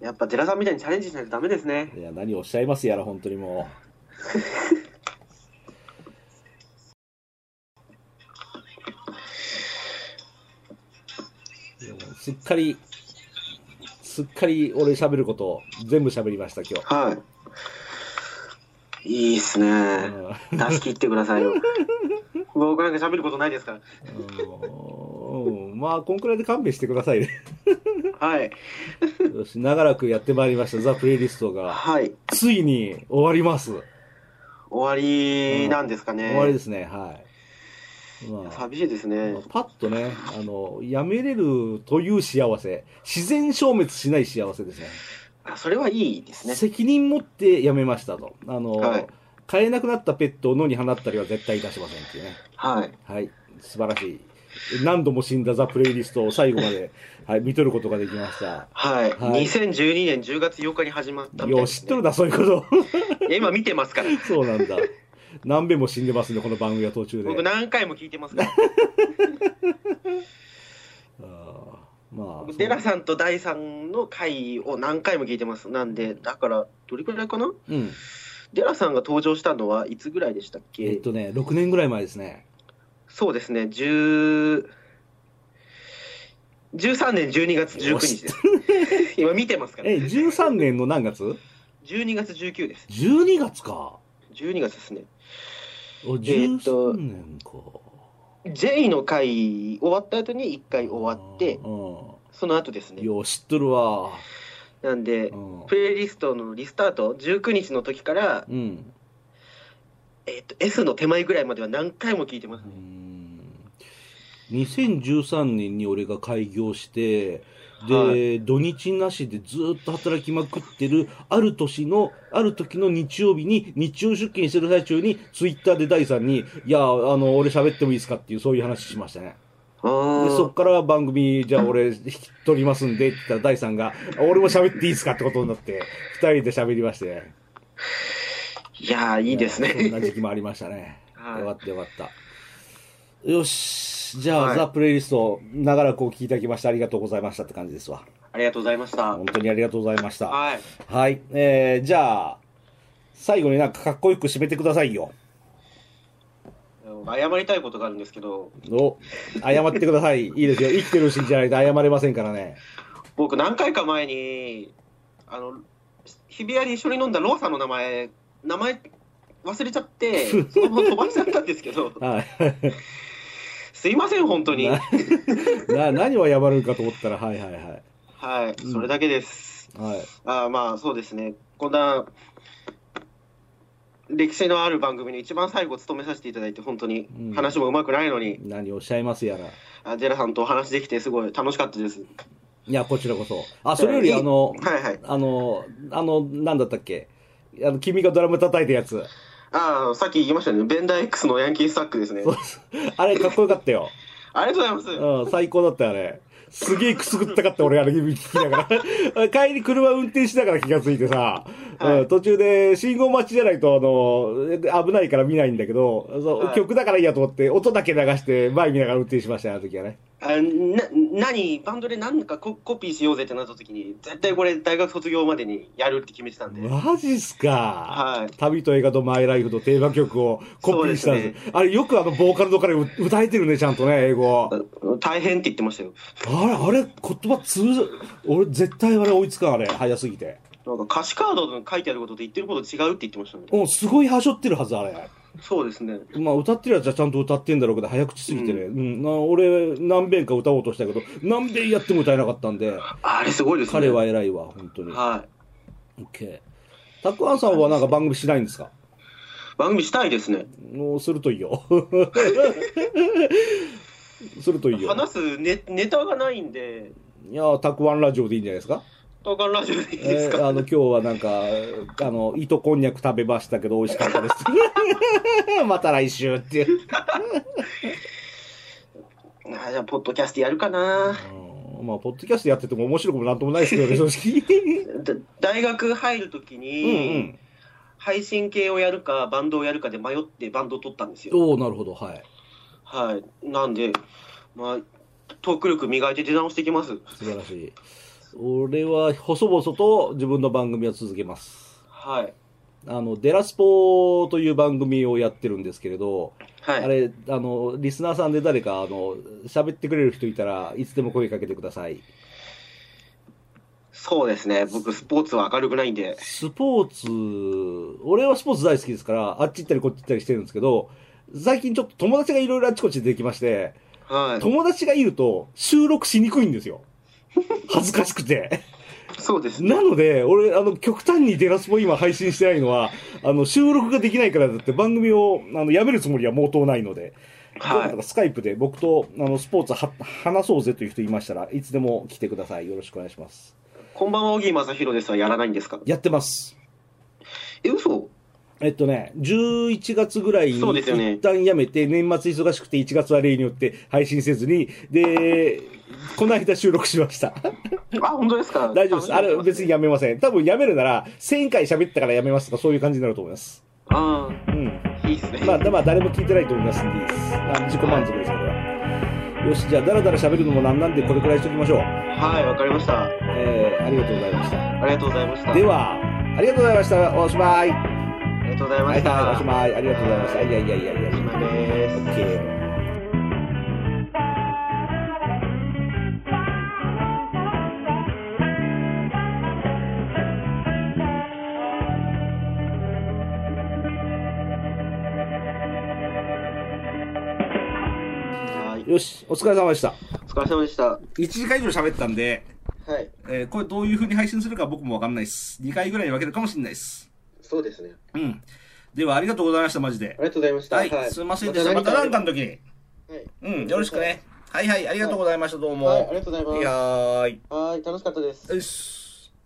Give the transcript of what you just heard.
やっぱ寺さんみたいにチャレンジしないとダメですね。いや、何をおっしゃいますやら、本当にもう。いやもうすっかり、すっかり俺喋ることを全部喋りました、今はい。いいっすね。日。出し切ってください よ。僕なんか喋ることないですから。うんうんまあ、こんくらいで勘弁してくださいね。はい。よし、長らくやってまいりました、ザ・プレイリストが。はい。ついに終わります。終わりなんですかね。終わりですね、はい。まあ、寂しいですね。パッとね、あの、やめれるという幸せ、自然消滅しない幸せですね。あそれはいいですね。責任持ってやめましたと。あの、はい飼えなくなったペットを野に放ったりは絶対いたしませんっていうね。はい。はい、素晴らしい。何度も死んだザ・プレイリストを最後まで、 はい、見とることができました。はい。はい2012年10月8日に始まったみたいよでう、す知ねっとるな、そういうこと。いや今見てますから。 そうなんだ。何べも死んでますね、この番組は途中で。僕何回も聞いてますから。あーまあ、僕デラさんとダイさんの回を何回も聞いてます。なんで、だから、どれくらいかなうん。デラさんが登場したのはいつぐらいでしたっけ、えっとね、6年ぐらい前ですね。そうですね、10 13年12月19日です。今見てますから。え、13年の何月12月19です。 ?12 月か。 12月ですね。おーっと13年か。 J の回終わった後に1回終わって、うその後ですん。ね。よう、知っとるわ。なんでう、んプ。レイリストのリスタート、19日の時から、うん。えっと S の手前ぐらいまでは何回も聞いてますうね。ん2013年に俺が開業して、で、は土日なしでずっと働きまくってる、ある年の、ある時の日曜日に、日曜出勤してる最中に、ツイッターで大さんに、いや、あの、俺喋ってもいいですかっていう、そういう話しましたね。あで、そっーから番組、じゃあ俺引き取りますんで、って言ったら大さんが、俺も喋っていいですかってことになって、二人で喋りまして。いやー、いいですやそんね。な時期もありましたね。はいよかったよかった。よし。じゃあ、はいザ・プレイリスト、長らくお聞きいただきましてありがとうございましたって感じですわ。 ありがとうございました本。当にありがとうございました。はい。はい。えー、じゃあ、最後になんかかっこよく締めてくださいよ。謝りたいことがあるんですけど、お、謝ってください。いいですよ。生きてるうちじゃないと謝れませんからね。、僕何回か前に、あの、日比谷に一緒に飲んだローさんの名前、名前忘れちゃって、そのまま飛ばしちゃったんですけどはい。すいません、本当に。はなな 何を謝るかと思ったら、はいはいはい。い、それだけです。はい。あーまあ、そうですね。こんな、歴史のある番組の一番最後を務めさせていただいて、本当にうん話もうまくないのに、何をおっしゃいますやら。あジェラさんとお話できて、すごい楽しかったです。いや、こちらこそ。あ、それより、えーあの、はいはい。あの、あの、なんだったっけあの、君がドラム叩いたやつ。 ああ、さっき言いましたね。ベンダー X のヤンキースタックですねそ。うあれ、かっこよかったよ。ありがとうございます。うん、最高だったよ、あれ。すげえくすぐったかった、俺、あれ、聞きながら。 帰り、車運転しながら気がついてさ、はいうん、途中で、信号待ちじゃないと、あの、危ないから見ないんだけど、そうはい曲だからいいやと思って、音だけ流して、前見ながら運転しましたよ、あの時はね。あな何バンドで何かココピーしようぜってなった時に絶対これ大学卒業までにやるって決めてたんで、マジっすか。はい旅と映画とマイライフのテーマ曲をコピーしたんです。そうであれ、よくあの、ボーカルの彼歌えてるね、ちゃんとね、英語。大変って言ってましたよあれ、あれ、言葉通じ、俺絶対あれ追いつかん、あれ、早すぎて。なんか歌詞カードの書いてあることと言ってること違うって言ってましたねうん、すごいはしょってるはず、あれ。そうですねまあ、歌ってるやつはちゃんと歌ってんだろうけど、早口すぎてね。うん、な俺、何遍か歌おうとしたけど、何遍やっても歌えなかったんで、あれすごいですね彼は偉いわ、本当に。はいオッケー。たくあんさんはなんか番組しないんですか番組したいですねもうするとい いよ。するといいよ。話すネネタがないんでいや、たくあんラジオでいいんじゃないですか東海ラジオでいいですえーか、あの今日はなんか、あの、糸こんにゃく食べましたけど、美味しかったです。 また来週っていう。あじゃあポッドキャストやるかなうんまあ、ポッドキャストやってても面白くもなんともないですけどね、正直。だ大学入るときうんうにん。配信系をやるかバンドをやるかで迷ってバンドを取ったんですよおおなるほど、はい。はい、なんで、まあ、トーク力磨いて出直していきます。素晴らしい。俺は細々と自分の番組は続けます。はい。あの、デラスポという番組をやってるんですけれど、はい。あれ、あの、リスナーさんで誰か、あの、喋ってくれる人いたらいつでも声かけてください。そうですね。僕、スポーツは明るくないんで。スポーツ、俺はスポーツ大好きですから、あっち行ったりこっち行ったりしてるんですけど、最近ちょっと友達がいろいろあっちこっちでできまして、はい。友達がいると収録しにくいんですよ。恥ずかしくて。そうですね。なので、俺、あの、極端にデラスも今配信してないのは、あの、収録ができないからだって番組を、あの、やめるつもりは毛頭ないので、はどういか。スカイプで僕と、あの、スポーツは話そうぜという人いましたら、いつでも来てください。よろしくお願いします。こんばんは、小木正弘ですはやらないんですかやってます。え、嘘えっとね、11月ぐらいにそうですよね一旦やめて、年末忙しくて1月は例によって配信せずに、で、この間収録しま した。あ、本当ですか大丈夫です。あれ別にやめません。多分やめるなら、1000回喋ったからやめますとかそういう感じになると思います。あうん。あ、いいですね。まあ、だまあ誰も聞いてないと思いますんでいいです。あ自己満足ですから。よし、じゃあ、だらだら喋るのもなんなんでこれくらいしときましょう。はい、わかりました。あえー、ありがとうございました。りがとうございました。で、は、ありがとうございました。おしまい。はありがとうございい、まはい、した。おしまい。ありがとうございました。いやいやいやいや。おしまいです OK。はい。よし、お疲れ様でした。お疲れ様でした。は1時間以上喋ったんで、い。えーこれどういう風に配信するか僕もわかんないです。2回ぐらいに分けるかもしれないです。そうですね。うん。では、ありがとうございました、マジであ。りがとうございました。はい、すいませんでした。ま何たかあ何れかばの時に。はい。うん、よろしくね。はいはい、ありがとうございました、どうも。はい、ありがとうございいまやーい。す。はい、楽しかったです。よし。